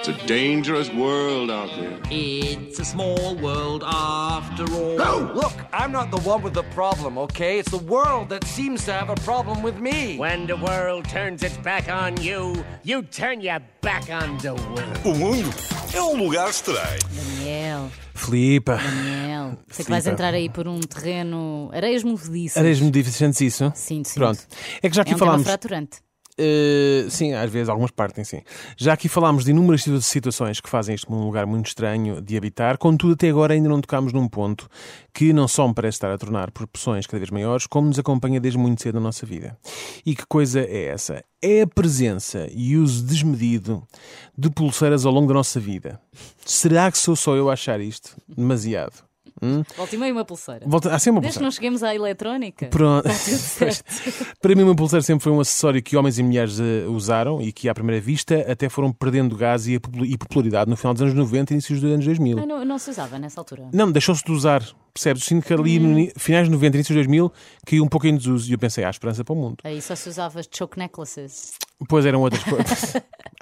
It's a dangerous world out there. It's a small world after all. Look, I'm not the one with the problem, okay? It's the world that seems to have a problem with me. When the world turns its back on you, you turn your back on the world. O mundo é um lugar estranho. Daniel, Filipa. Daniel. Sei que vais Filipa. entrar aí por um terreno. Areias movediças. Areias-me diferentes isso? Sinto, sinto. Pronto. É que já aqui É um tema falámos. fraturante. eh, sim, às vezes algumas partem, sim. Já aqui falámos de inúmeras situ- situações que fazem este mundo um lugar muito estranho de habitar, contudo, até agora ainda não tocámos num ponto que não só me parece estar a tornar proporções cada vez maiores, como nos acompanha desde muito cedo na nossa vida. E que coisa é essa? É a presença e uso desmedido de pulseiras ao longo da nossa vida. Será que sou só eu a achar isto demasiado? Volta e meia uma pulseira. Volta, há sempre uma Desde que pulseira. não cheguemos à eletrónica. Pronto. Tá tudo certo. Pois. Para mim, uma pulseira sempre foi um acessório que homens e mulheres eh, usaram e que, à primeira vista, até foram perdendo gás e a popul- e popularidade no final dos anos 90 e inícios dos anos 2000. Ah, não, não se usava nessa altura. Não, deixou-se de usar. Percebes? Sinto que Uhum. ali, no ini- finais de 90, inícios de 2000, caiu um pouco em desuso e eu pensei, há esperança para o mundo. Aí só se usava choke necklaces. é Pois eram outras coisas.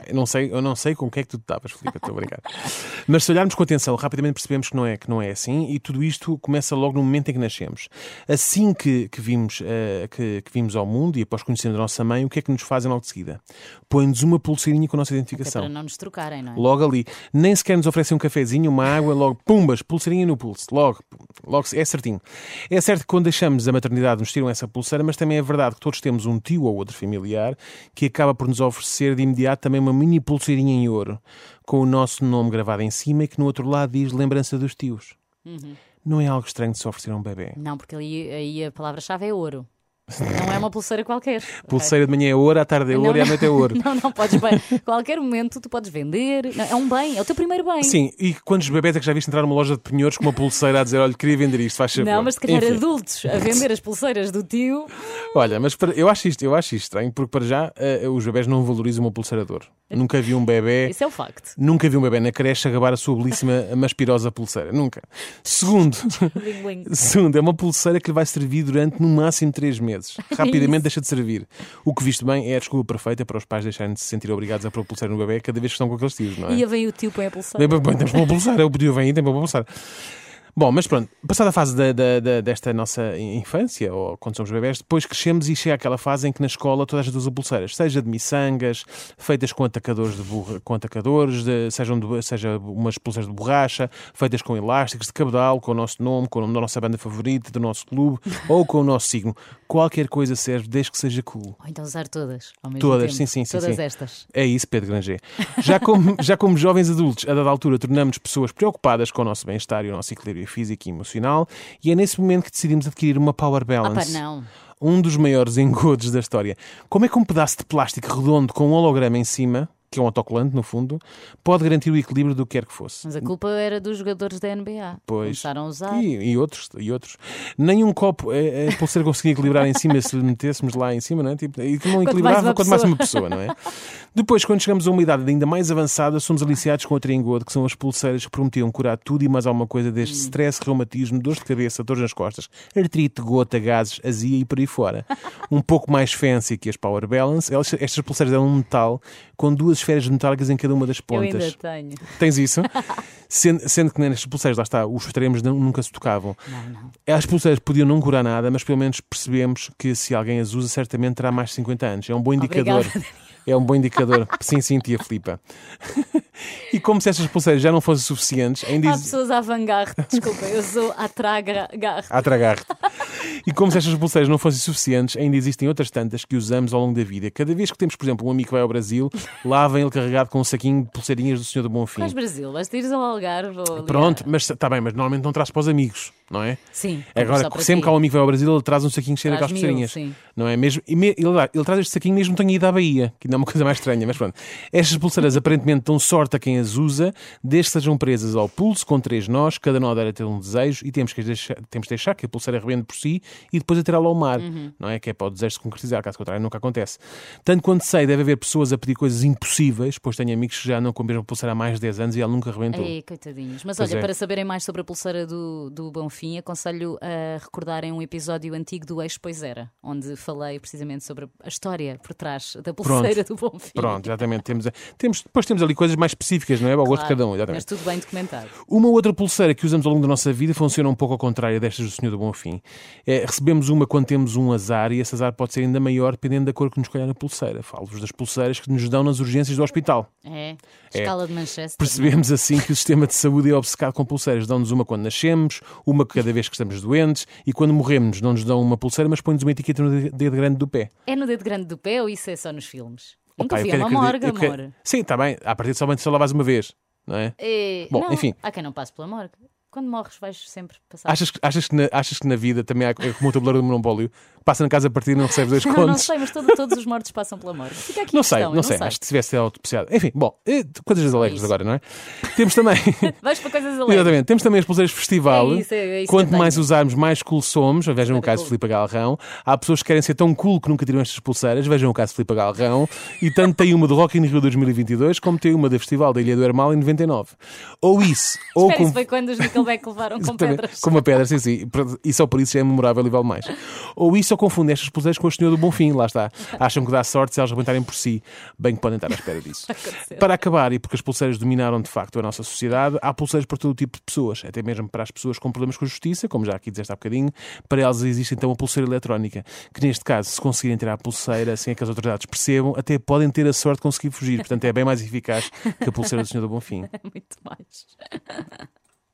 eu, não sei, eu não sei com o que é que tu te davas, Filipe, estou a brincar. Mas se olharmos com atenção, rapidamente percebemos que não é, que não é assim e tudo isto começa logo no momento em que nascemos. Assim que, que vimos, eh, que, que vimos ao mundo e após conhecermos a nossa mãe, o que é que nos fazem logo de seguida? Põe-nos uma pulseirinha com a nossa Até para identificação. não nos trocarem, não é? Logo ali. Nem sequer nos oferecem um cafezinho, uma água, logo, pumbas, pulseirinha no pulso. Logo, pum, logo, é certinho. É certo que quando deixamos a maternidade nos tiram essa pulseira, mas também é verdade que todos temos um tio ou outro familiar que acaba por nos oferecer de imediato também uma mini pulseirinha em ouro com o nosso nome gravado em cima e que no outro lado diz lembrança dos tios. Uhum. Não é algo estranho de se oferecer a um bebê. Não, porque ali, aí a palavra-chave é ouro. Não é uma pulseira qualquer. Pulseira de manhã é ouro, à tarde é Não, ouro e à não. noite é ouro. Não, não podes bem. Qualquer momento tu podes vender. Não, é um bem, é o teu primeiro bem. Sim, e quantos bebés é que já viste entrar numa loja de penhores com uma pulseira a dizer: olha, queria vender isto, faz favor. Não, mas se calhar Enfim. adultos a vender as pulseiras do tio. Olha, mas para- eu, acho isto, eu acho isto estranho, porque para já eh, os bebés não valorizam uma pulseira de ouro. Nunca vi um bebê. É. Isso é o facto. Nunca vi um bebê na creche acabar a sua belíssima maspirosa pulseira. Nunca. Segundo, Bling, bling. segundo, é uma pulseira que lhe vai servir durante no máximo três meses. É Rapidamente deixa de servir. O que, visto bem, é a desculpa perfeita para os pais deixarem de se sentir obrigados a pôr a pulseira no bebê cada vez que estão com aqueles tios, não é? E aí vem o tio põe a pulseira. Bem, bem, bem, temos para pulsar, eu pedi vem aí, tem para pulsar. Bom, mas pronto, passada a fase da- da- da- desta nossa infância, ou quando somos bebés, depois crescemos e chega aquela fase em que na escola toda a gente usa pulseiras, seja de miçangas, feitas com atacadores de burra, com atacadores, de, sejam de- seja umas pulseiras de borracha, feitas com elásticos de cabedal, com o nosso nome, com o nome da nossa banda favorita, do nosso clube, ou com o nosso signo. Qualquer coisa serve, desde que seja cool. Ou então usar todas. Ao mesmo Todas, tempo. sim, sim, sim. Todas sim. estas. É isso, Pedro Granger. Já como, já como jovens adultos, a dada altura, tornamos pessoas preocupadas com o nosso bem-estar e o nosso equilíbrio físico e emocional, e é nesse momento que decidimos adquirir uma Power Ah, pá, Balance. não. Um dos maiores engodos da história. Como é que um pedaço de plástico redondo com um holograma em cima, que é um autocolante no fundo, pode garantir o equilíbrio do que quer que fosse? Mas a culpa era dos jogadores da NBA. Pois. Começaram a usar. E, e outros, e outros. Nem um copo, é, é, pulseira conseguia equilibrar em cima se metêssemos lá em cima, não é? Tipo, e que Quanto não mais equilibrava uma quanto mais uma pessoa, não é? Depois, quando chegamos a uma idade ainda mais avançada, somos aliciados com outro engodo, que são as pulseiras que prometiam curar tudo e mais alguma coisa deste Hum. stress, reumatismo, dores de cabeça, dores nas costas, artrite, gota, gases, azia e por aí fora. Um pouco mais fancy que as Power Balance, elas- estas pulseiras eram um metal com duas esferas metálicas em cada uma das Eu pontas. ainda tenho. Tens isso? Sendo, sendo que nestas pulseiras, lá está, os extremos não- nunca se tocavam. As pulseiras podiam não curar nada, mas pelo menos percebemos que se alguém as usa, certamente terá mais de 50 anos. É um bom indicador. Obrigada, É um bom indicador. sim, sim, tia Filipa. e como se estas pulseiras já não fossem suficientes, ainda Há exi- pessoas à vanguarda. Desculpa, eu sou à tragarra. a tragar-te. E como se estas pulseiras não fossem suficientes, ainda existem outras tantas que usamos ao longo da vida. Cada vez que temos, por exemplo, um amigo que vai ao Brasil, lá vem ele carregado com um saquinho de pulseirinhas do Senhor do Bom Fim. Mas Brasil, vais te ires ao Algarve. ou ali Pronto, a- mas está bem, mas normalmente não traz para os amigos, não é? Sim. Agora, só para sempre ti. que há um amigo que vai ao Brasil, ele traz um saquinho cheio Traz daquelas mil, pulseirinhas. sim. Não é? Mesmo, e me- ele, ele traz este saquinho mesmo que tenha ido à Bahia, que ainda é uma coisa mais estranha, mas pronto. Estas pulseiras aparentemente dão sorte a quem as usa, desde que sejam presas ao pulso com três nós, cada nó deve ter um desejo e temos que deixar, temos de deixar que a pulseira rebente por si e depois atirá-lo ao mar, Uhum. não é? Que é para o desejo se concretizar, caso contrário nunca acontece. Tanto quanto sei, deve haver pessoas a pedir coisas impossíveis, pois tenho amigos que já andam com a mesma pulseira há mais de 10 anos e ela nunca arrebentou. Ei, coitadinhos. Mas Pois olha, é. para saberem mais sobre a pulseira do, do Bonfim, aconselho a recordarem um episódio antigo do Ex Pois Era, onde falei precisamente sobre a história por trás da pulseira do Bonfim. Pronto, exatamente. Temos, a- temos, depois temos ali coisas mais específicas, não é? Ao gosto de Claro, cada um, exatamente. Mas tudo bem documentado. Uma outra pulseira que usamos ao longo da nossa vida funciona um pouco ao contrário destas do Senhor do Bom Fim. É, recebemos uma quando temos um azar e esse azar pode ser ainda maior dependendo da cor que nos calhar na pulseira. Falo-vos das pulseiras que nos dão nas urgências do hospital. É. Escala de Manchester. Percebemos assim que o sistema de saúde é obcecado com pulseiras. Dão-nos uma quando nascemos, uma cada vez que estamos doentes e quando morremos não nos dão uma pulseira, mas põem-nos uma etiqueta no de- dedo grande do pé. É no dedo grande do pé ou isso é só nos filmes? Nunca Opa, eu vi é quero uma morga, acreditar- eu quero- amor. Sim, está bem. A partir de somente só lavas uma vez, não é? É, Bom, não, enfim. Há quem não passe pela morga. Quando morres, vais sempre passar. Achas, que- achas, que na, achas que na vida também há é como o tabuleiro do monopólio? Passa na casa a partir e não recebe dois não, não contos? sei, mas todo- todos os mortos passam pela morga. Fica aqui a Não sei, questão, eu não sei. Acho que se tivesse autopsiado. Enfim, bom, eh, coisas alegres Isso. agora, não é? Temos também. Vais para coisas alegres. Exatamente, temos também as pulseiras de festival. É isso, é isso que Quanto eu mais tenho. usarmos, mais cool somos. Vejam o caso de cool. Filipe Galrão. Há pessoas que querem ser tão cool que nunca tiram estas pulseiras. Vejam o caso de Filipe Galrão. E tanto tem uma do Rock in Rio 2022 como tem uma do Festival da Ilha do Hermal em 99. Ou isso, ou Espera, com isso foi quando os Nickelback levaram com Exatamente. pedras. Com uma pedra, sim, sim. E só por isso já é memorável e vale mais. Ou isso ou confundem estas pulseiras com o Senhor do Bom Fim, lá está. Acham que dá sorte se elas rebentarem por si. Bem que podem estar à espera disso. para acabar, e porque as pulseiras dominaram de facto a nossa sociedade, há pulseiras para todo tipo de pessoas, até mesmo para as pessoas com problemas com a justiça, como já aqui disseste há bocadinho. Para elas existe então a pulseira eletrónica, que neste caso, se conseguirem tirar a pulseira sem que as autoridades percebam, até podem ter a sorte de conseguir fugir. Portanto, é bem mais eficaz que a pulseira do Senhor do Bom Fim. É Muito mais.